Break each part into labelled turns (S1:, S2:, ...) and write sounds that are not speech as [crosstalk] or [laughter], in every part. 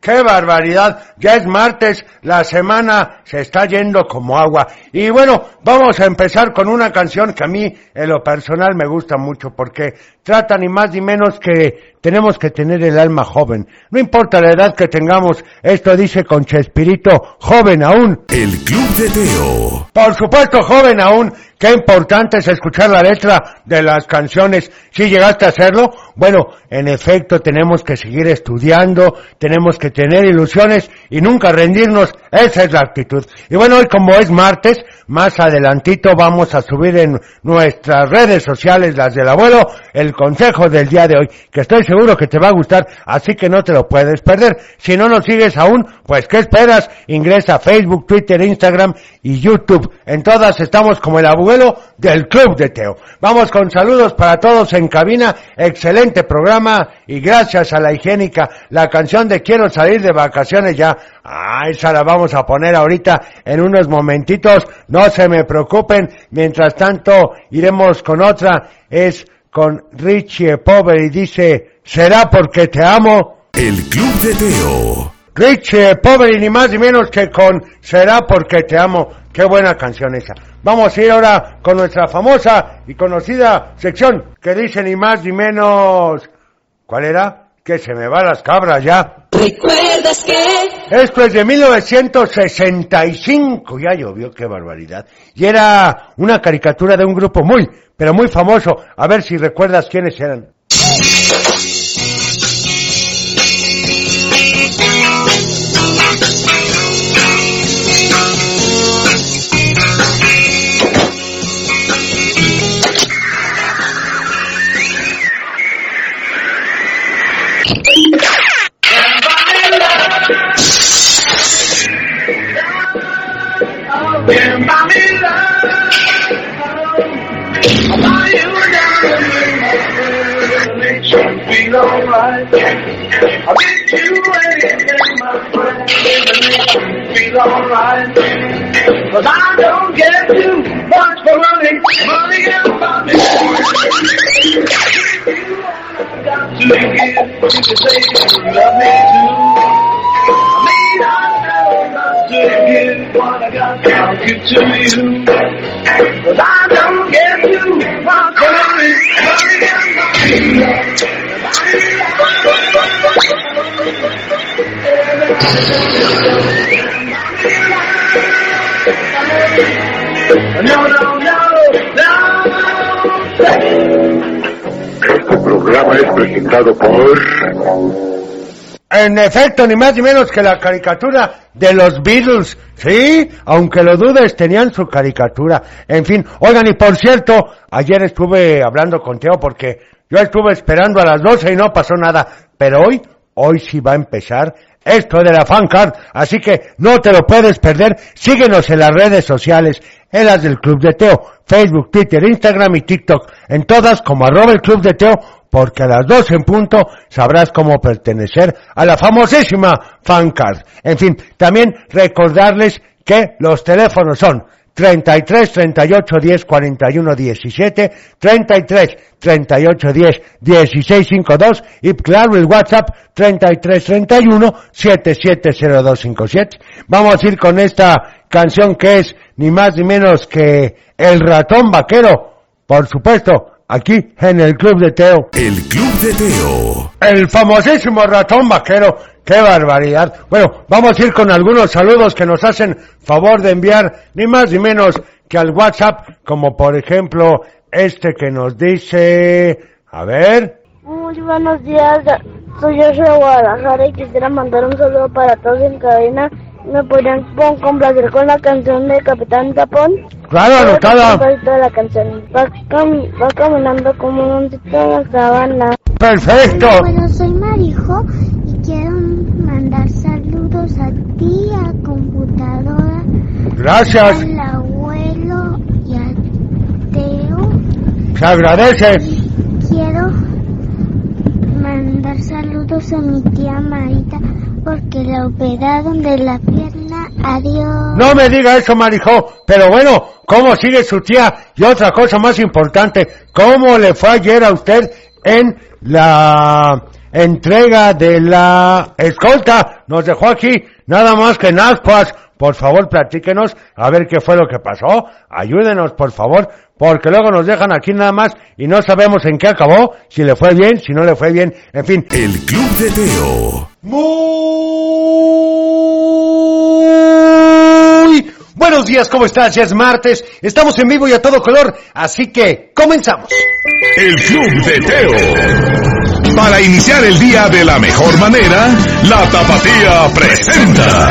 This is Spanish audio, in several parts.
S1: ¡Qué barbaridad! Ya es martes, la semana se está yendo como agua. Y bueno, vamos a empezar con una canción que a mí en lo personal me gusta mucho porque trata ni más ni menos que tenemos que tener el alma joven. No importa la edad que tengamos, esto dice con Chespirito, joven aún.
S2: El Club de Teo.
S1: Por supuesto, joven aún, qué importante es escuchar la letra de las canciones. Si llegaste a hacerlo, bueno, en efecto tenemos que seguir estudiando, tenemos que tener ilusiones y nunca rendirnos. Esa es la actitud. Y bueno, hoy como es martes, más adelantito vamos a subir en nuestras redes sociales, las del abuelo, el consejo del día de hoy, que estoy seguro que te va a gustar, así que no te lo puedes perder. Si no nos sigues aún, pues ¿qué esperas? Ingresa a Facebook, Twitter, Instagram y YouTube. En todas estamos como el abuelo del Club de Teo. Vamos con saludos para todos en cabina. Excelente programa y gracias a la higiénica. La canción de Quiero salir de vacaciones ya. Ah, esa la vamos a poner ahorita en unos momentitos. No se me preocupen. Mientras tanto, iremos con otra. Es con Richie Pobre y dice, será porque te amo.
S2: El Club de Teo.
S1: Richie Pobre, ni más ni menos que con Será porque te amo. Qué buena canción esa. Vamos a ir ahora con nuestra famosa y conocida sección que dice ni más ni menos. ¿Cuál era? Que se me van las cabras ya.
S3: ¿Recuerdas que?
S1: Esto es de 1965. Ya llovió, qué barbaridad. Y era una caricatura de un grupo muy, pero muy famoso. A ver si recuerdas quiénes eran.
S4: Cause I don't get too much for money, money and money. Got to give you to say you love me too. I mean, I know not to give what I got, I'll give to you. Cause I don't get too much for money, money and money. No, no, no, no.
S5: Este programa es presentado por
S1: En efecto, ni más ni menos que la caricatura de los Beatles, ¿sí? Aunque lo dudes, tenían su caricatura. En fin, oigan, y por cierto, ayer estuve hablando con Teo porque yo estuve esperando a las 12 y no pasó nada, pero hoy, hoy sí va a empezar esto de la fancard, así que no te lo puedes perder, síguenos en las redes sociales, en las del Club de Teo, Facebook, Twitter, Instagram y TikTok, en todas como arroba el Club de Teo, porque a las 12 en punto sabrás cómo pertenecer a la famosísima fancard. En fin, también recordarles que los teléfonos son 33 38 10 41 17, 33 38 10 16 52 y claro el WhatsApp 33 31 770257. Vamos a ir con esta canción que es ni más ni menos que El ratón vaquero, por supuesto, aquí en el Club de Teo.
S2: El Club de Teo.
S1: El famosísimo ratón vaquero. ¡Qué barbaridad! Bueno, vamos a ir con algunos saludos que nos hacen favor de enviar, ni más ni menos que al WhatsApp, como por ejemplo este que nos dice... A ver...
S6: Muy buenos días, soy Joshua de Guadalajara y quisiera mandar un saludo para todos en cadena. ¿Me podrían con- complacer con la canción de Capitán Tapón?
S1: Claro, anotada.
S6: Quiero que toda la canción. Va, cami- va caminando como un oncito en la sabana.
S1: Perfecto.
S7: Hola, Bueno, soy Marijo y quiero mandar saludos a ti, a computadora,
S1: Gracias.
S7: al abuelo y a Teo.
S1: Se agradece.
S7: Quiero mandar saludos a mi tía Marita porque la operaron de la pierna. Adiós.
S8: No me diga eso, Marijó. Pero bueno, ¿cómo sigue su tía? Y otra cosa más importante, ¿cómo le fue ayer a usted en la entrega de la escolta? Nos dejó aquí nada más que en ascuas. Por favor, platíquenos a ver qué fue lo que pasó. Ayúdenos, por favor, porque luego nos dejan aquí nada más y no sabemos en qué acabó, si le fue bien, si no le fue bien, en fin.
S9: El Club de Teo.
S1: Muy buenos días, ¿cómo estás? Ya es martes, estamos en vivo y a todo color, así que comenzamos.
S9: El Club de Teo. Para iniciar el día de la mejor manera, la Tapatía presenta.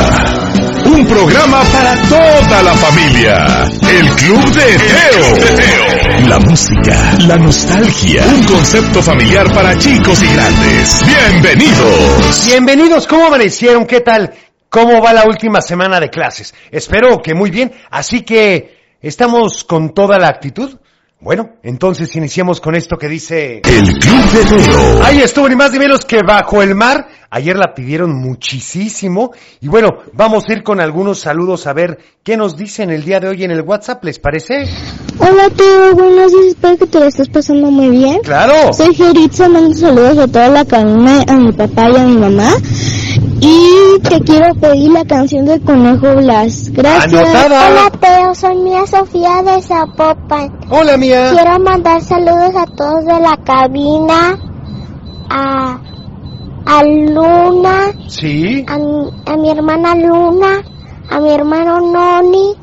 S9: Un programa para toda la familia. El Club de Teo. La música, la nostalgia, un concepto familiar para chicos y grandes. Bienvenidos.
S1: Bienvenidos, ¿cómo amanecieron? ¿Qué tal? ¿Cómo va la última semana de clases? Espero que muy bien, así que estamos con toda la actitud. Bueno, entonces iniciamos con esto que dice...
S9: El Club de Teo.
S1: Ahí estuvo ni más ni menos que bajo el mar. Ayer la pidieron muchísimo. Y bueno, vamos a ir con algunos saludos a ver qué nos dicen el día de hoy en el WhatsApp, ¿les parece?
S6: Hola Teo, buenos días, espero que te lo estés pasando muy bien.
S1: Claro.
S6: Soy
S7: Pues,
S6: Geritza, mando saludos a toda la cabina, a mi papá y a mi mamá. Y te quiero pedir la canción del Conejo Blas. Gracias.
S1: Anotada.
S7: Hola, Teo. Soy Mía Sofía de Zapopan.
S1: Hola, mía.
S7: Quiero mandar saludos a todos de la cabina, a, a Luna,
S1: Sí.
S7: a mi, a mi hermana Luna, a mi hermano Noni,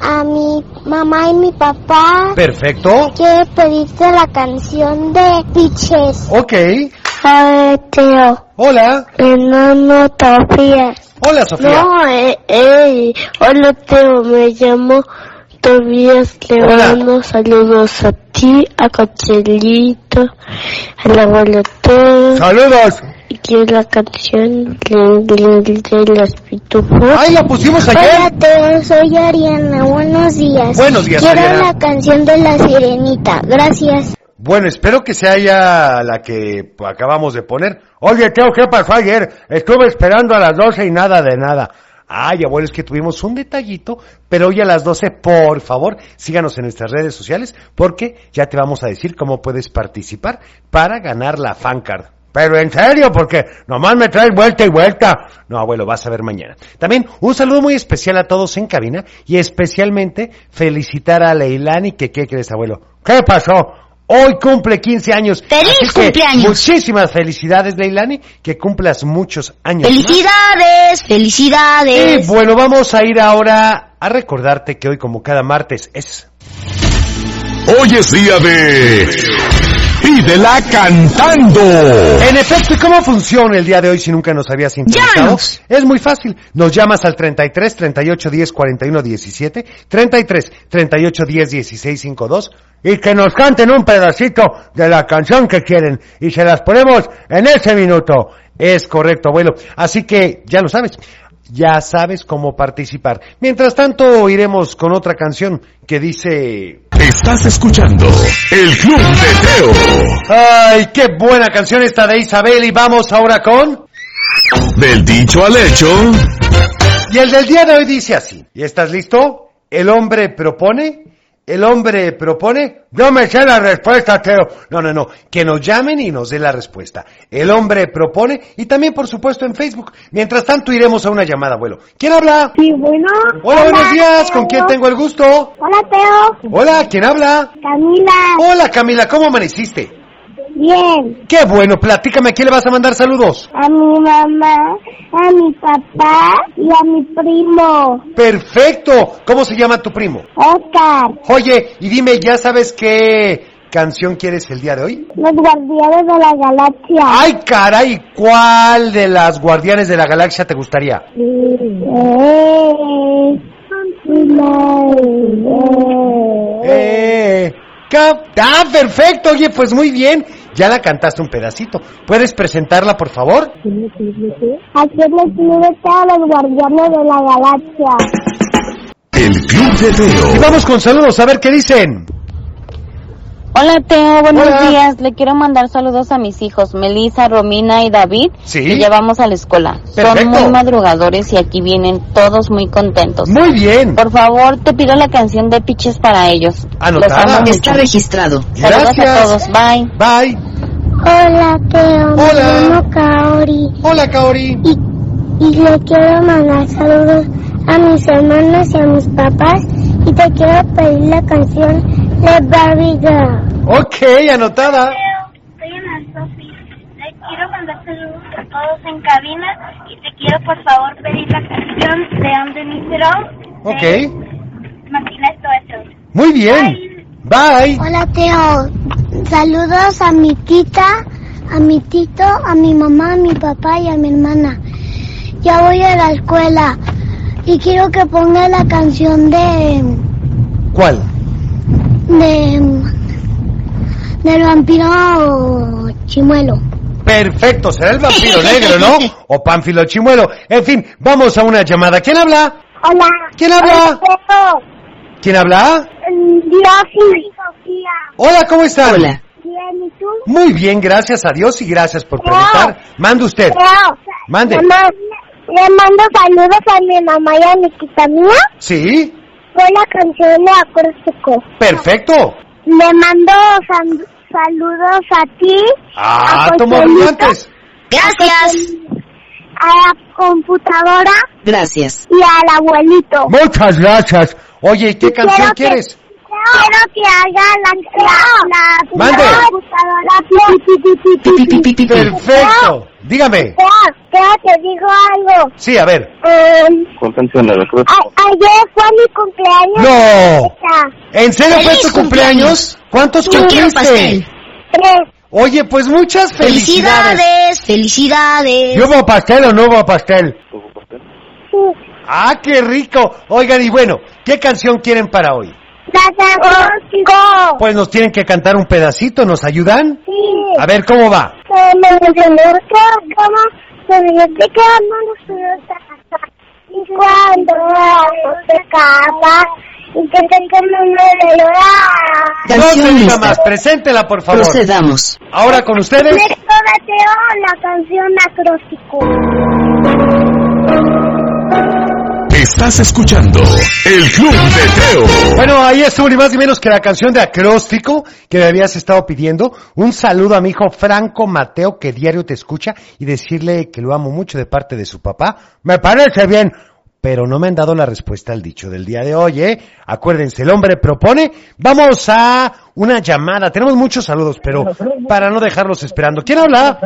S7: a mi mamá y mi papá.
S1: Perfecto.
S7: Quiero pedirte la canción de Piches.
S1: Ok.
S7: Ay, Teo,
S1: Hola.
S7: hermano Tofía.
S1: Hola, Sofía.
S7: No, eh, eh, hola Teo, me llamo Tobías, le
S1: Hola.
S7: mando saludos a ti, a Cochelito, al abuelo Teo,
S1: Saludos.
S7: y quiero la canción de, de- de las pitufos.
S1: Ay, la pusimos ayer.
S7: Teo, soy Ariana, buenos días.
S1: Buenos días, Quiero Ariana. la
S7: canción de la sirenita, gracias.
S1: Bueno, espero que sea ya la que acabamos de poner.
S8: Oye, Teo, ¿qué pasó ayer? Estuve esperando a las 12 y nada de nada.
S1: Ay, abuelo, es que tuvimos un detallito, pero hoy a las 12, por favor, síganos en nuestras redes sociales porque ya te vamos a decir cómo puedes participar para ganar la fancard.
S8: Pero en serio, porque nomás me traes vuelta y vuelta.
S1: No, abuelo, vas a ver mañana. También un saludo muy especial a todos en cabina y especialmente felicitar a Leilani, que qué crees, abuelo.
S8: ¿Qué pasó?
S1: Hoy cumple 15 años.
S3: ¡Feliz
S1: Así que
S3: cumpleaños!
S1: Muchísimas felicidades, Leilani, que cumplas muchos años. más.
S3: ¡Felicidades!
S1: Y
S3: ¡Felicidades!
S1: bueno, vamos a ir ahora a recordarte que hoy, como cada martes, es
S9: Hoy es día de. Pídela cantando.
S1: En efecto, ¿y cómo funciona el día de hoy si nunca nos habías sintonizado?
S3: Llámanos.
S1: Es muy fácil. Nos llamas al 33 38 10 41 17, 33 38 10 16 52.
S8: Y que nos canten un pedacito de la canción que quieren y se las ponemos en ese minuto.
S1: Es correcto, abuelo. Así que ya lo sabes. Ya sabes cómo participar. Mientras tanto, iremos con otra canción que dice...
S9: Estás escuchando El Club de Teo.
S1: ¡Ay, qué buena canción esta de Isabel! Y vamos ahora con...
S9: Del dicho al hecho.
S1: Y el del día de hoy dice así. ¿Y estás listo? El hombre propone. El hombre propone.
S8: Yo me sé la respuesta, Teo.
S1: No, no, no. Que nos llamen y nos dé la respuesta. El hombre propone. Y también, por supuesto, en Facebook. Mientras tanto, iremos a una llamada, abuelo. ¿Quién habla?
S6: Sí, bueno.
S1: Hola, buenos días. ¿Con quién tengo el gusto?
S6: Hola Teo,
S1: Hola, ¿quién habla?
S6: Camila,
S1: Hola, Camila. ¿Cómo amaneciste?
S6: bien.
S1: Qué bueno. Platícame. ¿A quién le vas a mandar saludos?
S6: A mi mamá, a mi papá y a mi primo,
S1: Perfecto. ¿Cómo se llama tu primo?
S6: Oscar.
S1: Oye, y dime, ¿ya sabes qué canción quieres el día de hoy?
S6: Los guardianes de la galaxia.
S1: Ay, caray, ¿cuál de las Guardianes de la Galaxia te gustaría?
S6: Eh,
S7: Oh.
S6: eh, eh.
S1: Eh, ca- ah, perfecto, oye, pues muy bien. Ya la cantaste un pedacito. ¿Puedes presentarla, por favor?
S6: Aquí en el club están los guardianes de la galaxia.
S9: El Club de
S1: Y
S9: Teo.
S1: vamos con saludos, a ver qué dicen.
S3: Hola Teo, Ah, buenos
S1: Hola.
S3: días. Le quiero mandar saludos a mis hijos, Melissa, Romina y David.
S1: Sí.
S3: Y ya vamos a la escuela.
S1: Perfecto. Mm.
S3: Son muy madrugadores y aquí vienen todos muy contentos.
S1: Muy bien.
S3: Por favor, te pido la canción de Piches para ellos.
S1: Anotada.
S3: Los amo mucho.
S10: Está registrado.
S3: Saludos
S1: Gracias.
S3: a todos. Bye.
S1: Bye.
S7: Hola, Teo. Me
S1: Hola.
S7: llamo Kaori
S1: Hola, Kaori.
S7: y, y le quiero mandar saludos a mis hermanos y a mis papás y te quiero pedir la canción de Barbie Girl.
S1: Ok, anotada.
S6: Soy Ana Sofi. Te quiero mandar saludos a todos en cabina y te quiero por favor pedir la canción de Under Mister
S1: Ok.
S6: Martina Estoeto.
S1: Muy bien. Bye.
S7: Hola, Teo. Saludos a mi tita, a mi tito, a mi mamá, a mi papá y a mi hermana. Ya voy a la escuela y quiero que ponga la canción de...
S1: ¿Cuál?
S7: de del vampiro chimuelo.
S1: Perfecto, será el [laughs] vampiro negro, ¿no? O Pánfilo Chimuelo. En fin, vamos a una llamada. ¿Quién habla?
S7: Hola.
S1: ¿Quién habla? ¿Quién habla?
S7: Dios Sofía.
S1: Hola, ¿cómo están?
S10: Hola.
S7: Bien, ¿y tú?
S1: Muy bien, gracias a Dios y gracias por preguntar. Mande usted.
S7: Creo.
S1: Mande.
S7: Le, man- le mando saludos a mi mamá y a mi tita mía
S1: ¿Sí?
S7: con la canción de acróstico.
S1: Perfecto.
S7: Le mando san- saludos a ti.
S1: Ah,
S7: a
S1: tomo
S7: Joselito,
S1: antes.
S10: Gracias.
S7: A la computadora
S10: Gracias.
S7: y al abuelito.
S1: Muchas gracias. Oye, ¿y qué canción
S7: Quiero que-
S1: quieres?
S7: Quiero que haga la, la, la,
S1: Mande.
S7: la computadora. Pi, pi, pi, pi, pi,
S10: Pi, pi, pi, pi, pi.
S1: Perfecto. Dígame.
S7: Teo, Teo, te digo algo.
S1: Sí, a ver.
S7: Eh,
S4: Con canción de Veracruz.
S1: ¡Ah!
S7: a- ayer fue mi cumpleaños.
S1: No.
S7: Esta,
S1: ¿En serio fue
S10: ¡Feliz
S1: tu cumpleaños? ¿Cuántos
S10: Yo quiero
S1: cumpliste?
S10: pastel.
S7: Tres.
S1: Oye, pues muchas felicidades.
S10: Felicidades. Felicidades.
S8: ¿Y hubo pastel o no hubo pastel?
S7: Sí.
S1: Ah, qué rico. Oigan, y bueno, ¿qué canción quieren para hoy?
S7: Go.
S1: Oh, Pues nos tienen que cantar un pedacito, ¿nos ayudan?
S7: Sí.
S1: A ver, ¿cómo va?
S7: Eh, me enseñó que cómo se divierte que vamos a una casa. Y cuando vamos se capa y que te como me llorar.
S1: no se
S10: Canción
S1: diga
S10: lista.
S1: más, preséntela, por favor.
S10: Procedamos.
S1: Ahora con ustedes.
S7: Me teo la canción acróstico.
S9: Estás escuchando El Club de Teo.
S1: Bueno, ahí estuvo ni más ni menos que la canción de acróstico que me habías estado pidiendo. Un saludo a mi hijo Franco Mateo, que diario te escucha, y decirle que lo amo mucho de parte de su papá. Me parece bien, pero no me han dado la respuesta al dicho del día de hoy, ¿eh? Acuérdense, el hombre propone. Vamos a una llamada. Tenemos muchos saludos, pero para no dejarlos esperando. ¿Quién habla?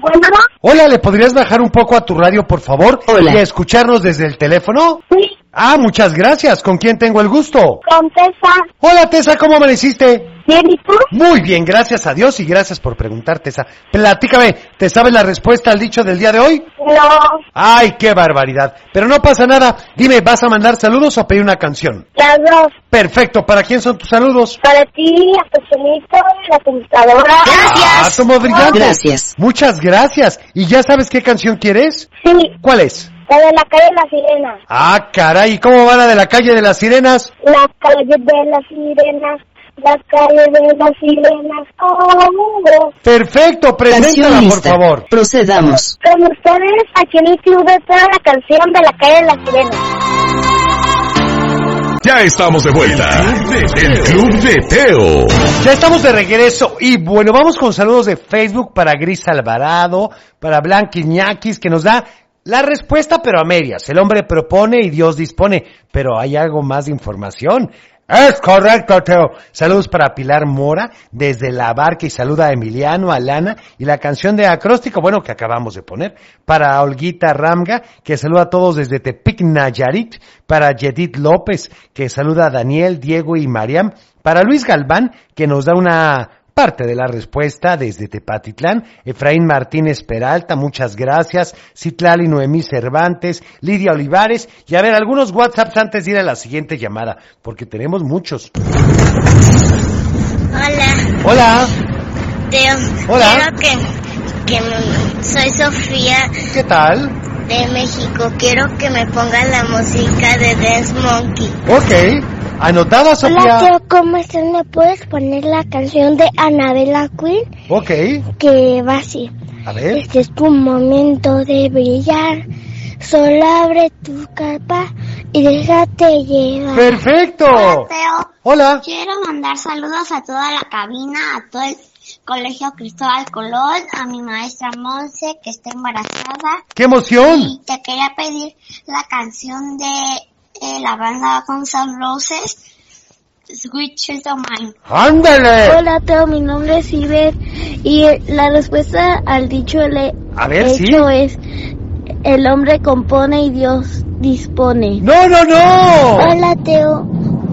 S7: Bueno,
S1: Hola, ¿le podrías bajar un poco a tu radio, por favor?
S10: Hola.
S1: Y a escucharnos desde el teléfono.
S7: sí,
S1: Ah, muchas gracias. ¿Con quién tengo el gusto?
S7: contesta.
S1: Hola, Tessa, ¿cómo amaneciste?
S7: Bien, ¿y tú?
S1: Muy bien, gracias a Dios y gracias por preguntar, Tessa. Platícame, ¿te sabes la respuesta al dicho del día de hoy?
S7: No,
S1: Ay, qué barbaridad. Pero no pasa nada. Dime, ¿vas a mandar saludos o pedir una canción?
S7: las dos.
S1: Perfecto, ¿para quién son tus saludos?
S7: Para ti, a tu solito, la computadora.
S1: Ah,
S10: Gracias.
S1: somos brillantes.
S10: Gracias.
S1: Muchas gracias. ¿Y ya sabes qué canción quieres?
S7: Sí,
S1: ¿Cuál es?
S7: la de la calle de la sirena.
S1: Ah, caray, ¿cómo va la de la calle de las sirenas?
S7: Las calles de las sirenas, las calles de las sirenas. Oh,
S1: Perfecto, preséntala,
S10: Canción
S1: por
S10: lista.
S1: favor.
S10: Procedamos.
S7: con ustedes, aquí en el club de toda la canción de la calle de las sirenas.
S9: Ya estamos de vuelta. El Club de Teo.
S1: Ya estamos de regreso y bueno, vamos con saludos de Facebook para Gris Alvarado, para Blanquiñaquis, que nos da la respuesta pero a medias. El hombre propone y Dios dispone, pero hay algo más de información. Es correcto, Teo. Saludos para Pilar Mora desde La Barca y saluda a Emiliano, a Lana y la canción de acróstico, bueno, que acabamos de poner, para Olguita Ramga, que saluda a todos desde Tepic Nayarit, para Yedid López, que saluda a Daniel, Diego y Mariam, para Luis Galván, que nos da una parte de la respuesta desde Tepatitlán, Efraín Martínez Peralta, muchas gracias, Citlali Noemí Cervantes, Lidia Olivares, y a ver, algunos WhatsApps antes de ir a la siguiente llamada, porque tenemos muchos.
S6: Hola,
S1: Hola,
S6: Teo.
S1: Hola.
S6: Quiero que, que me- soy Sofía
S1: ¿qué tal?
S6: de México. Quiero que me pongas la música de Dance Monkey.
S1: Ok, ¿Anotada,
S7: Hola,
S1: Sofía?
S7: tío, ¿cómo estás? ¿Me puedes poner la canción de Anabela Queen?
S1: Ok,
S7: Que va así.
S1: a ver.
S7: Este es tu momento de brillar. Solo abre tu capa y déjate llevar.
S1: ¡Perfecto!
S11: Teo.
S1: Hola.
S11: Quiero mandar saludos a toda la cabina, a todo el Colegio Cristóbal Colón, a mi maestra Monse, que está embarazada.
S1: ¡Qué emoción!
S11: Y te quería pedir la canción de eh, la banda Guns N' Roses, Sweet Child of Mine.
S1: ¡Ándale!
S7: Hola, Teo, mi nombre es Iber y eh, la respuesta al dicho le
S1: A ver, sí.
S7: hecho es el hombre compone y Dios dispone.
S1: ¡No, no, no!
S7: Hola, Teo,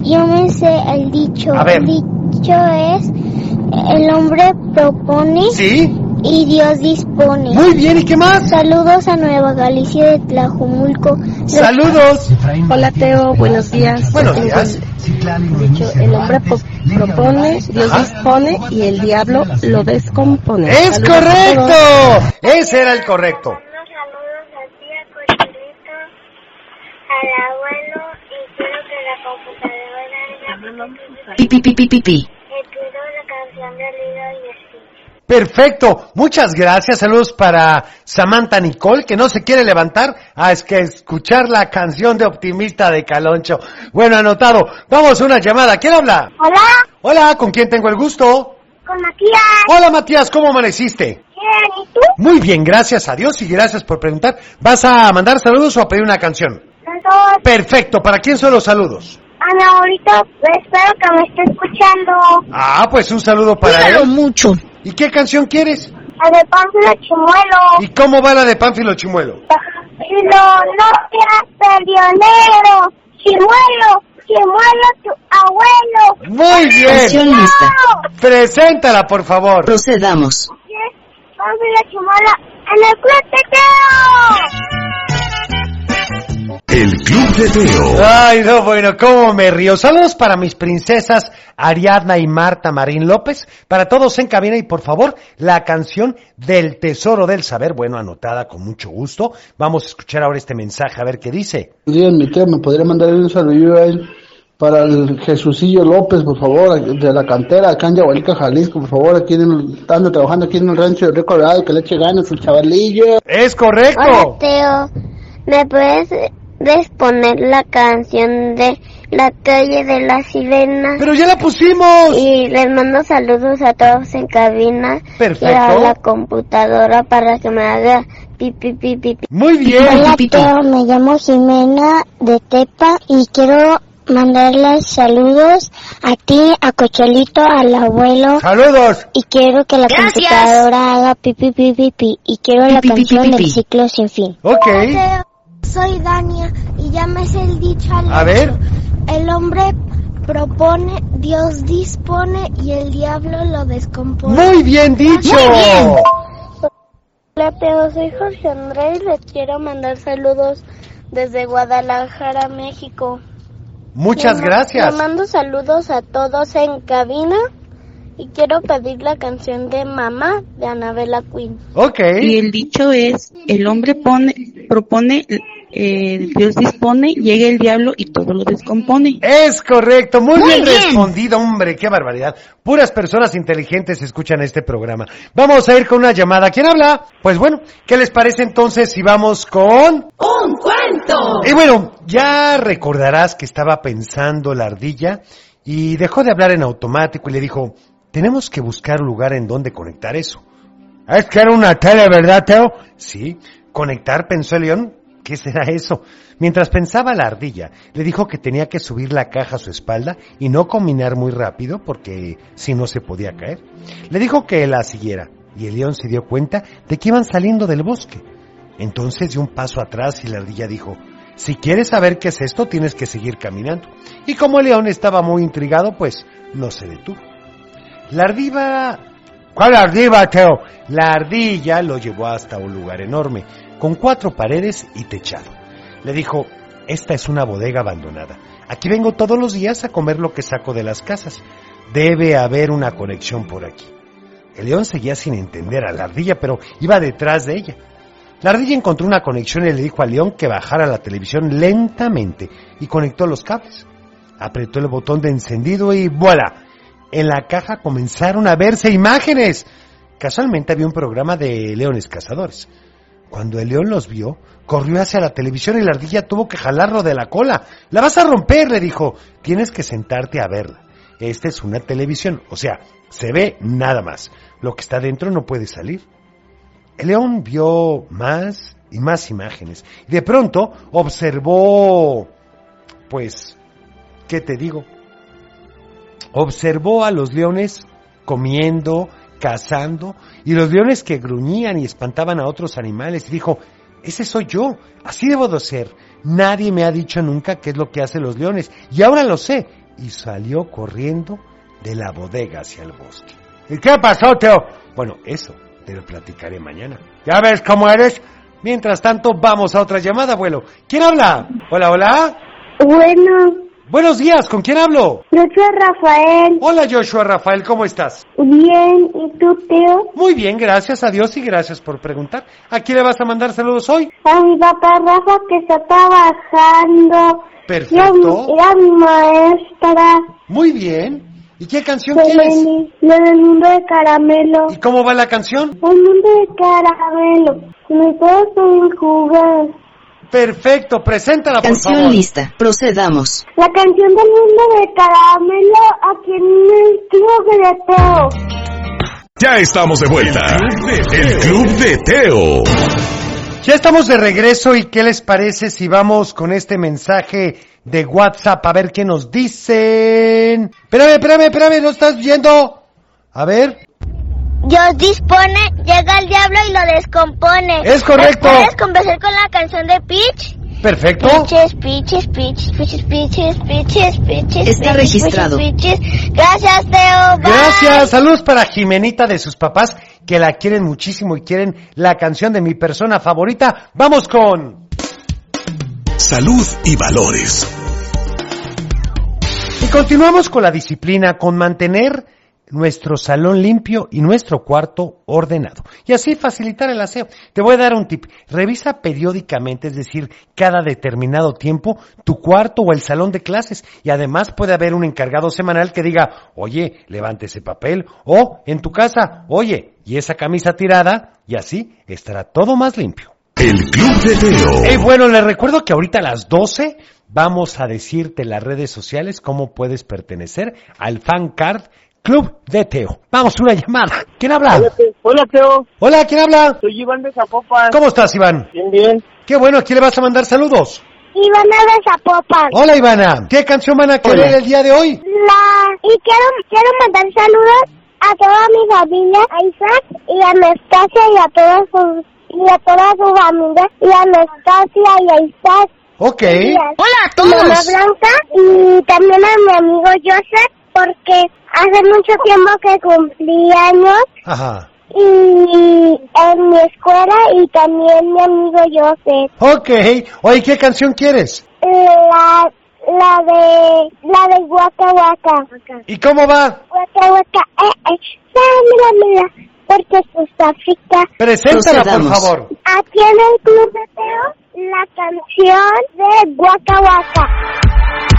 S7: yo me sé el dicho.
S1: A ver.
S7: El dicho es el hombre propone
S1: ¿Sí?
S7: y Dios dispone.
S1: Muy bien, ¿y qué más?
S7: Saludos a Nueva Galicia de Tlajumulco.
S1: ¡Saludos!
S12: Hola Teo, buenos días.
S1: Buenos días.
S12: Dicho, el hombre po- propone, Dios
S1: Ajá.
S12: dispone y el diablo lo descompone.
S1: ¡Es
S12: Saludos a
S1: correcto! Ese era el correcto.
S13: Saludos al tía Cochelito, al abuelo y quiero que la computadora haga
S10: Pi, pi, pi, pi, pi, pi.
S1: Ah,
S13: Le pido la canción de Lido y así.
S1: Perfecto, muchas gracias. Saludos para Samantha Nicole, que no se quiere levantar a es que escuchar la canción de Optimista de Caloncho. Bueno, anotado. Vamos a una llamada. ¿Quién habla?
S13: Hola,
S1: Hola, ¿con quién tengo el gusto?
S13: con Matías.
S1: Hola, Matías, ¿cómo amaneciste?
S13: Bien, ¿y tú?
S1: Muy bien, gracias a Dios y gracias por preguntar. ¿Vas a mandar saludos o a pedir una canción?
S13: Entonces,
S1: Perfecto, ¿para quién son los saludos?
S13: Ana, ahorita espero que me esté escuchando.
S1: Ah, pues un saludo para él. mucho. ¿Y qué canción quieres?
S13: A de Pánfilo Chimuelo.
S1: ¿Y cómo va la de Pánfilo Chimuelo?
S13: No, no seas perdionero. Chimuelo, Chimuelo, tu abuelo.
S1: Muy
S10: Canción
S1: bien.
S10: lista.
S1: Preséntala, por favor.
S10: Procedamos.
S13: Pánfilo Chimuelo, en el club te quedo.
S9: El Club de Teo.
S1: Ay, no, bueno, cómo me río. Saludos para mis princesas Ariadna y Marta Marín López, para todos en cabina y por favor, la canción del Tesoro del Saber, bueno, anotada con mucho gusto. Vamos a escuchar ahora este mensaje, a ver qué dice.
S14: Díganme, mi tío, ¿me podría mandar un saludo a él? Para el Jesucillo López, por favor, de la cantera, acá en Yahualica, Jalisco, por favor, aquí en el- estando trabajando aquí en el rancho de Río Colorado, que le eche ganas el chavalillo.
S9: ¿Eh?
S1: ¡Es
S6: Hola,
S1: correcto!
S6: Teo. ¿Me puedes eh, disponer la canción de La calle de la sirena?
S1: ¡Pero ya la pusimos!
S6: Y les mando saludos a todos en cabina y a
S1: Perfecto.
S6: la computadora para que me haga pipi pipi pipi.
S1: Muy bien.
S6: Hola,
S7: Teo, me llamo Jimena de Tepa y quiero mandarles saludos a ti, a Cochelito, al abuelo
S1: ¡Saludos!
S7: y quiero que la
S10: Gracias.
S7: computadora haga pipi pipi pipi y quiero la
S10: Pi, pi, pi, pi,
S7: canción
S10: pi,
S7: del
S10: pi.
S7: ciclo sin fin.
S1: Ok.
S7: Soy Dania y ya me sé el dicho al
S1: A ver.
S7: El hombre propone, Dios dispone y el diablo lo descompone.
S1: ¡Muy bien dicho!
S7: Muy bien.
S6: Hola, Teo, soy Jorge Andrés y les quiero mandar saludos desde Guadalajara, México.
S1: Muchas
S6: Le ma-
S1: gracias.
S6: Le mando saludos a todos en cabina y quiero pedir la canción de Mamá de Anabela Queen.
S1: Ok.
S12: Y el dicho es, el hombre pone, propone, eh, Dios dispone, llega el diablo y todo lo descompone.
S1: Es correcto, muy,
S12: Muy
S1: bien,
S12: bien.
S1: respondido, hombre, qué barbaridad. Puras personas inteligentes escuchan este programa. Vamos a ir con una llamada. ¿Quién habla? Pues bueno, ¿qué les parece entonces si vamos con...
S4: ¡Un cuento!
S1: Y bueno, ya recordarás que estaba pensando la ardilla y dejó de hablar en automático y le dijo, tenemos que buscar un lugar en donde conectar eso. Es que era una tele, ¿verdad, Teo? Sí, conectar, pensó el león. ¿Qué será eso? Mientras pensaba la ardilla, le dijo que tenía que subir la caja a su espalda y no caminar muy rápido porque si no se podía caer. Le dijo que la siguiera y el león se dio cuenta de que iban saliendo del bosque. Entonces dio un paso atrás y la ardilla dijo, si quieres saber qué es esto tienes que seguir caminando. Y como el león estaba muy intrigado, pues no se detuvo. La ardilla... ¿Cuál ardilla, Teo? La ardilla lo llevó hasta un lugar enorme, con cuatro paredes y techado. Le dijo, esta es una bodega abandonada. Aquí vengo todos los días a comer lo que saco de las casas. Debe haber una conexión por aquí. El león seguía sin entender a la ardilla, pero iba detrás de ella. La ardilla encontró una conexión y le dijo al león que bajara la televisión lentamente y conectó los cables. apretó el botón de encendido y voilà. En la caja comenzaron a verse imágenes. Casualmente había un programa de leones cazadores. Cuando el león los vio, corrió hacia la televisión y la ardilla tuvo que jalarlo de la cola. La vas a romper, le dijo. Tienes que sentarte a verla. Esta es una televisión, o sea, se ve nada más. Lo que está dentro no puede salir. El león vio más y más imágenes. Y de pronto observó, pues, ¿qué te digo? Observó a los leones comiendo, cazando, y los leones que gruñían y espantaban a otros animales, y dijo, ese soy yo, así debo de ser. Nadie me ha dicho nunca qué es lo que hacen los leones, y ahora lo sé. Y salió corriendo de la bodega hacia el bosque.
S8: ¿Y qué pasó, Teo?
S1: Bueno, eso te lo platicaré mañana.
S8: ¿Ya ves cómo eres?
S1: Mientras tanto, vamos a otra llamada, abuelo. ¿Quién habla? Hola, hola.
S15: Bueno.
S1: Buenos días, ¿con quién hablo?
S15: Joshua Rafael.
S1: Hola, Joshua Rafael, ¿cómo estás?
S15: Bien, ¿y tú, Teo?
S1: Muy bien, gracias a Dios y gracias por preguntar. ¿A quién le vas a mandar saludos hoy?
S15: A mi papá Rafa que está trabajando.
S1: Perfecto.
S15: Y a mi, y a mi maestra.
S1: Muy bien. ¿Y qué canción quieres?
S15: Seleni, Lo del mundo de caramelo.
S1: ¿Y cómo va la canción?
S15: El mundo de caramelo. Me puedes pedir jugar.
S1: Perfecto, preséntala, por favor.
S10: Canción lista. Procedamos.
S15: La canción del mundo de caramelo aquí en el club de Teo.
S9: Ya estamos de vuelta. El Club de Teo.
S1: Ya estamos de regreso y ¿qué les parece si vamos con este mensaje de WhatsApp a ver qué nos dicen? Espérame, espérame, espérame, ¿no estás yendo? A ver.
S6: Dios dispone, llega el diablo y lo descompone.
S1: Es correcto.
S6: ¿Nos ¿Puedes conversar con la canción de Peach?
S1: Perfecto.
S6: Piches, piches, piches, piches, piches, piches, piches.
S10: Está
S6: piches,
S10: registrado.
S6: piches, piches. Gracias, Teo. Bye.
S1: Gracias, saludos para Jimenita de sus papás que la quieren muchísimo y quieren la canción de mi persona favorita. Vamos con...
S9: Salud y valores.
S1: Y continuamos con la disciplina, con mantener nuestro salón limpio y nuestro cuarto ordenado. Y así facilitar el aseo. Te voy a dar un tip. Revisa periódicamente, es decir, cada determinado tiempo, tu cuarto o el salón de clases. Y además puede haber un encargado semanal que diga, oye, levante ese papel. O, en tu casa, oye, y esa camisa tirada. Y así estará todo más limpio.
S9: El Club de Teo.
S1: Eh, bueno, les recuerdo que ahorita a las 12 vamos a decirte en las redes sociales cómo puedes pertenecer al fan card Club de Teo. Vamos, una llamada. ¿Quién habla?
S16: Hola, Teo.
S1: Hola, ¿quién habla?
S16: Soy Iván de Zapopan.
S1: ¿Cómo estás, Iván?
S16: Bien, bien.
S1: Qué bueno, ¿a quién le vas a mandar saludos?
S6: Ivana de Zapopan.
S1: Hola, Ivana. ¿Qué canción van a querer
S6: Hola.
S1: el día de hoy?
S6: La... Y quiero, quiero mandar saludos a toda mi familia, a Isaac y a Anastasia y a toda su, y a toda su familia, y a Anastasia y a Isaac.
S1: Ok.
S6: y a-
S10: Hola a
S6: Mamá
S10: todos.
S6: Blanca y también a mi amigo Joseph porque hace mucho tiempo que cumplí años
S1: Ajá.
S6: y en mi escuela y también mi amigo Joseph.
S1: Ok. Oye, ¿qué canción quieres?
S6: La, la de, la de Waka Waka.
S1: ¿Y cómo va?
S6: Waka Waka, eh, eh, dámela, dámela, porque está rica.
S1: Preséntala, por
S10: Procedamos.
S1: favor.
S6: Aquí en el Club de Teo, la canción de Waka Waka.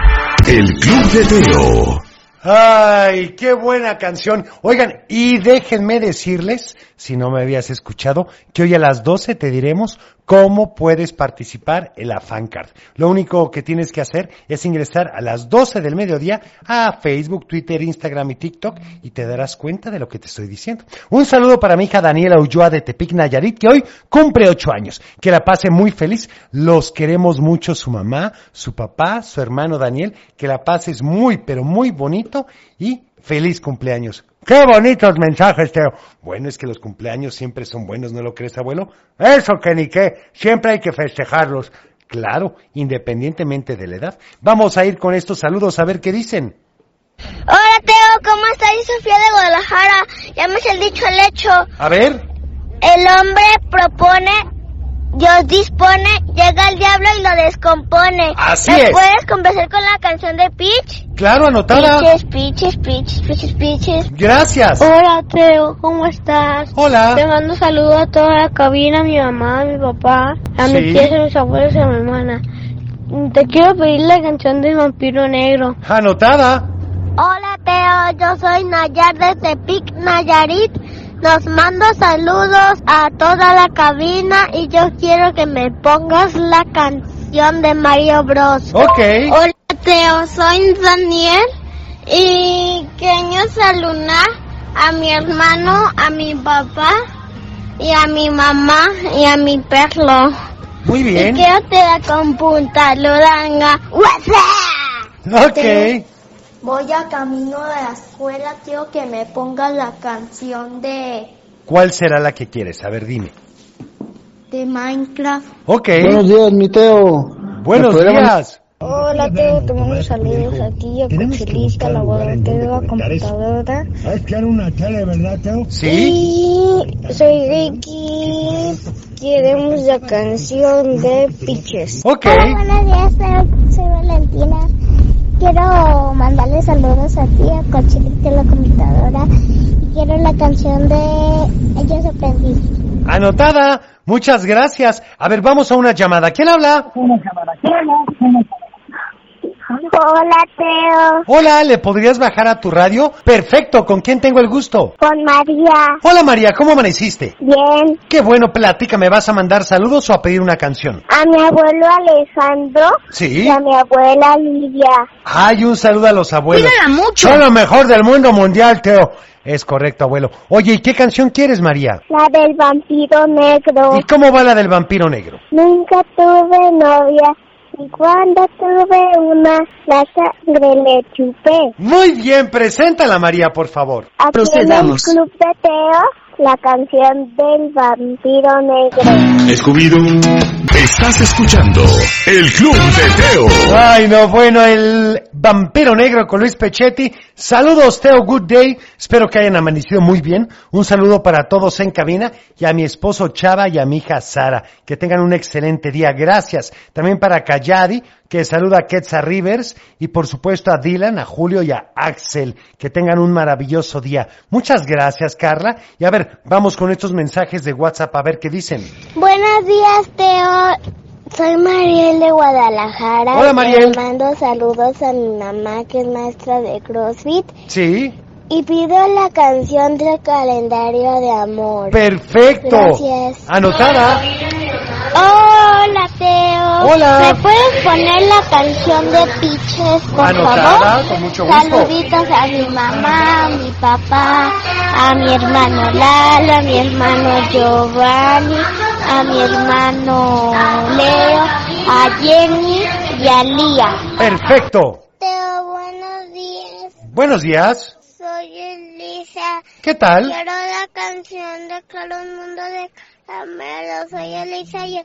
S9: El Club de Teo.
S1: Ay, qué buena canción. Oigan, y déjenme decirles, si no me habías escuchado, que hoy a las 12 te diremos cómo puedes participar en la fancard. Lo único que tienes que hacer es ingresar a las 12 del mediodía a Facebook, Twitter, Instagram y TikTok y te darás cuenta de lo que te estoy diciendo. Un saludo para mi hija Daniela Ulloa de Tepic Nayarit, que hoy cumple 8 años. Que la pase muy feliz. Los queremos mucho su mamá, su papá, su hermano Daniel. Que la pases muy, pero muy bonito y feliz cumpleaños.
S8: Qué bonitos mensajes, Teo.
S1: Bueno, es que los cumpleaños siempre son buenos, ¿no lo crees, abuelo?
S8: Eso que ni qué. Siempre hay que festejarlos.
S1: Claro, independientemente de la edad. Vamos a ir con estos saludos a ver qué dicen.
S6: Hola Teo, ¿cómo estás? Soy Sofía de Guadalajara. Ya me sé el dicho al hecho.
S1: A ver.
S6: El hombre propone, Dios dispone, llega el diablo y lo descompone.
S1: Así
S6: ¿Me
S1: es.
S6: puedes conversar con la canción de Peach?
S1: Claro, anotada.
S6: Peaches, Peaches, Peaches, Peaches, Peaches.
S1: Gracias.
S15: Hola Teo, ¿cómo estás? Te
S1: Hola.
S15: mando saludos a toda la cabina, a mi mamá, a mi papá, a
S1: Sí.
S15: mis tías, a mis abuelos y a mi hermana.
S6: Te quiero pedir la canción del vampiro negro.
S1: Anotada.
S6: Hola Teo, yo soy Nayar de Tepic, Nayarit. Nos mando saludos a toda la cabina y yo quiero que me pongas la canción de Mario Bros.
S1: Ok.
S6: Hola Teo, soy Daniel y quiero saludar a mi hermano, a mi papá y a mi mamá y a mi perro.
S1: Muy bien.
S6: Y quiero te la computa, Luranga.
S1: Ok.
S6: Voy a camino de la escuela, quiero que me pongas la canción de,
S1: ¿Cuál será la que quieres? A ver, dime.
S6: de Minecraft.
S1: Ok.
S14: Buenos días, mi Teo.
S1: Buenos
S14: ¿Me podríamos-
S1: días.
S6: Hola, Teo, te mando saludos a ti, a Cochelita, la guardadora de la computadora.
S17: ¿Sabes que era una chale, verdad, Teo?
S6: Y soy Ricky. Queremos la
S1: pues,
S6: canción de Piches.
S1: Ok.
S6: buenos días, Teo. Soy Valentina.
S7: Quiero mandarle saludos a ti, a Cochelita, la computadora. Y quiero la canción de Ellos Aprendiz.
S1: Anotada. Muchas gracias. A ver, vamos a una llamada. ¿Quién habla?
S6: Hola, Teo.
S1: Hola, ¿le podrías bajar a tu radio? Perfecto, ¿con quién tengo el gusto?
S6: Con María.
S1: Hola María, ¿cómo amaneciste?
S6: Bien.
S1: Qué bueno, plática, ¿me vas a mandar saludos o a pedir una canción?
S6: A mi abuelo Alejandro.
S1: Sí.
S6: Y a mi abuela Lidia.
S1: Hay un saludo a los abuelos.
S6: mucho.
S1: Son lo mejor del mundo mundial, Teo. Es correcto, abuelo. Oye, ¿y qué canción quieres, María?
S6: La del vampiro negro.
S1: ¿Y cómo va la del vampiro negro?
S6: Nunca tuve novia. Y cuando tuve una, la sangre le chupé.
S1: Muy bien, preséntala, María, por favor.
S6: Aquí
S1: Procedamos.
S6: en el club de Teo, la canción del vampiro negro.
S9: Scooby-Doo, estás escuchando el Club de Teo.
S1: Ay, no, bueno, el vampiro negro con Luis Pechetti. Saludos, Teo, oh, good day. Espero que hayan amanecido muy bien. Un saludo para todos en cabina y a mi esposo Chava y a mi hija Sara. Que tengan un excelente día. Gracias. También para Cayadi, que saluda a Ketza Rivers y por supuesto a Dylan, a Julio y a Axel. Que tengan un maravilloso día. Muchas gracias, Carla. Y a ver, vamos con estos mensajes de WhatsApp a ver qué dicen.
S6: Buenos días, Teo. Soy Mariel de Guadalajara.
S1: Hola, Mariel.
S6: Le mando saludos a mi mamá, que es maestra de CrossFit.
S1: Sí.
S6: Y pido la canción del calendario de amor.
S1: Perfecto.
S6: Gracias.
S1: Anotada.
S6: Hola, Teo.
S1: Hola.
S6: ¿Me puedes poner la canción de Piches, por
S1: Anotada,
S6: favor?
S1: con mucho gusto.
S6: Saluditos a mi mamá, a mi papá, a mi hermano Lalo, a mi hermano Giovanni, a mi hermano Leo, a Jenny y a Lía.
S1: Perfecto.
S6: Teo, buenos días.
S1: Buenos días.
S6: Soy Elisa.
S1: ¿Qué tal?
S6: Quiero la canción de Claro el Mundo de Caramelo. Soy Elisa y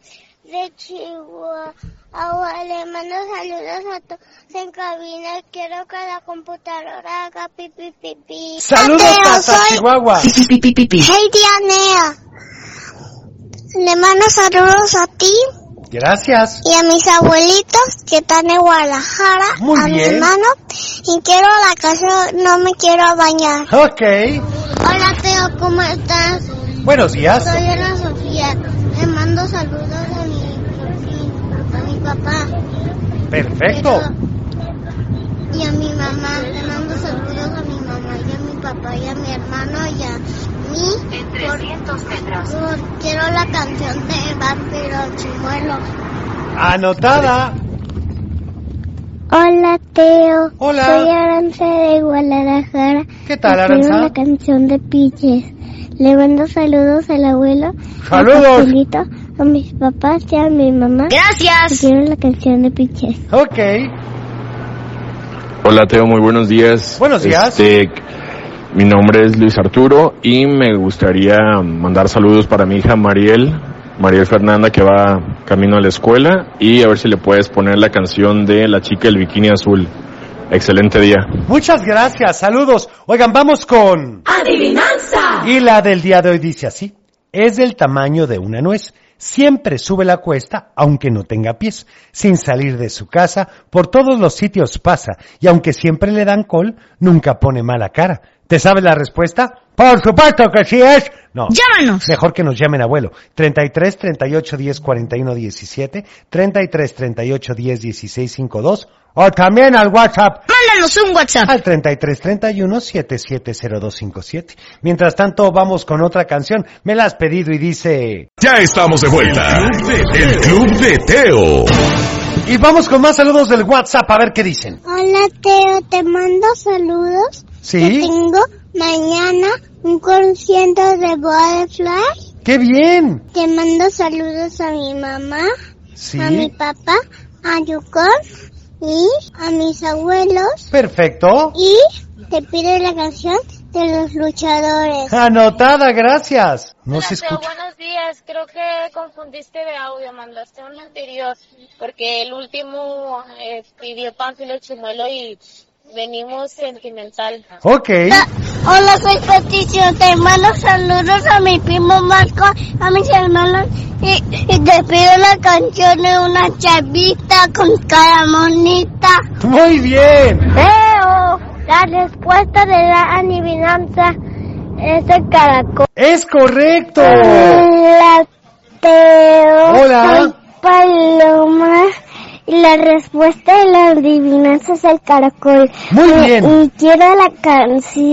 S6: de Chihuahua. Oh, Le mando saludos a todos en cabina. Quiero que la computadora haga pipi pipi.
S1: Saludos hasta Chihuahua.
S6: Heidi Anea. Le mando saludos a ti
S1: Gracias.
S6: y a mis abuelitos que están en Guadalajara.
S1: Muy
S6: a mi
S1: bien.
S6: hermano. Y quiero la canción No me quiero bañar.
S1: Ok.
S6: Hola Teo, ¿cómo estás?
S1: Buenos días.
S6: Soy Ana Sofía. Le mando saludos a mi, a mi papá
S1: Perfecto.
S6: y a mi mamá. Le mando saludos a mi mamá y a mi papá y a mi hermano y a mí. por- por- quiero la canción de Vampiro Chimuelo.
S1: Anotada.
S7: Hola, Teo.
S1: Hola.
S7: Soy Aranza de Guadalajara.
S1: ¿Qué tal,
S7: Y
S1: Aranza?
S7: Quiero la canción de Piches. Le mando saludos al abuelo.
S1: ¡Saludos!
S7: A, Cochelito, a mis papás y a mi mamá.
S10: Gracias.
S7: Y quiero la canción de Piches.
S1: Ok.
S5: Hola Teo, muy buenos días.
S1: Buenos días.
S5: Este, mi nombre es Luis Arturo y me gustaría mandar saludos para mi hija Mariel, Mariel Fernanda que va camino a la escuela y a ver si le puedes poner la canción de La chica del bikini azul. Excelente día.
S1: Muchas gracias. Saludos. Oigan, vamos con...
S4: ¡Adivinanza!
S1: Y la del día de hoy dice así. Es del tamaño de una nuez. Siempre sube la cuesta, aunque no tenga pies. Sin salir de su casa, por todos los sitios pasa. Y aunque siempre le dan col, nunca pone mala cara. ¿Te sabes la respuesta? Por supuesto que sí es. No.
S10: Llámanos.
S1: Mejor que nos llamen, abuelo. 33 38 10 41 17, 33 38 10 16 52 o también al WhatsApp.
S10: Mándanos un WhatsApp.
S1: Al 33 31 770257. Mientras tanto, vamos con otra canción. Me la has pedido y dice.
S9: Ya estamos de vuelta. El Club de Teo.
S1: Y vamos con más saludos del WhatsApp a ver qué dicen.
S6: Hola Teo, te mando saludos.
S1: Sí.
S6: Que tengo mañana un concierto de Butterfly.
S1: ¡Qué bien!
S6: Te mando saludos a mi mamá,
S1: Sí.
S6: a mi papá, a Yukon y a mis abuelos.
S1: Perfecto.
S6: Y te pido la canción de los luchadores.
S1: Anotada, gracias. No se escucha.
S18: buenos días. Creo que confundiste de audio. Mandaste un anterior. Porque el último eh, pidió Pánfilo Chimuelo y venimos sentimental.
S1: Ok.
S6: Hola, soy Patricio. Te mando saludos a mi primo Marco, a mis hermanos y, y te pido la canción de una chavita con cara bonita.
S1: Muy bien.
S6: Teo, la respuesta de la adivinanza es el caracol.
S1: Es correcto.
S6: Hola, Teo.
S1: Hola.
S6: Soy Paloma. Y la respuesta de la adivinanza es el caracol.
S1: Muy
S6: Y-
S1: bien.
S6: Y quiero la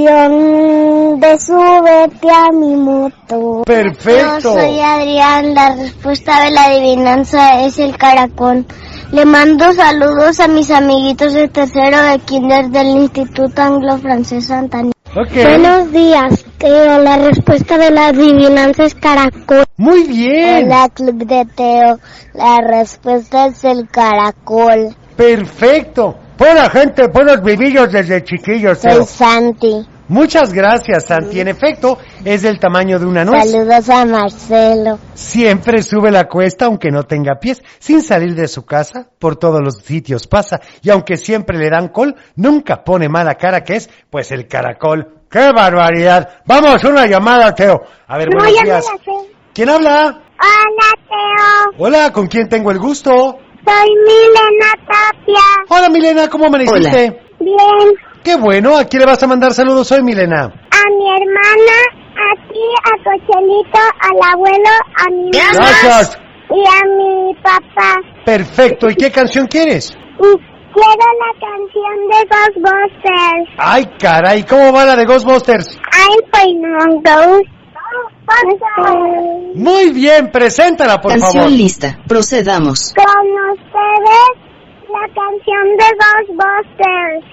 S6: canción de Súbete a mi moto.
S1: Perfecto.
S6: Yo soy Adrián, la respuesta de la adivinanza es el caracol. Le mando saludos a mis amiguitos de tercero de kinder del Instituto Anglo-Francés Santana.
S1: Ok.
S6: días, Teo. La respuesta de la adivinanza es caracol.
S1: Muy bien.
S6: Hola, Club de Teo. La respuesta es el caracol.
S1: Perfecto. Buena gente, buenos vivillos desde chiquillos.
S6: Soy
S1: Teo.
S6: Santi.
S1: Muchas gracias, Santi. En efecto, es del tamaño de una nuez.
S6: Saludos a Marcelo.
S1: Siempre sube la cuesta aunque no tenga pies, sin salir de su casa, por todos los sitios pasa, y aunque siempre le dan col, nunca pone mala cara que es, pues el caracol. ¡Qué barbaridad! Vamos, una llamada, Teo. A ver, buenos días. ¿Quién habla?
S15: Hola, Teo.
S1: Hola, ¿con quién tengo el gusto?
S15: Soy Milena Tapia.
S1: Hola, Milena, ¿cómo amaneciste?
S15: Bien.
S1: Qué bueno, ¿a quién le vas a mandar saludos hoy, Milena?
S15: A mi hermana, a ti, a Cochelito, al abuelo, a mi mamá
S1: Gracias.
S15: y a mi papá.
S1: Perfecto, ¿y qué canción quieres?
S15: Y quiero la canción de Ghostbusters.
S1: Ay, caray, ¿cómo va la de Ghostbusters?
S15: Ay, pues no, Este, Ghost.
S1: Muy bien, preséntala, por
S10: Canción
S1: favor.
S10: lista. Procedamos.
S15: Con ustedes, la canción de Ghostbusters.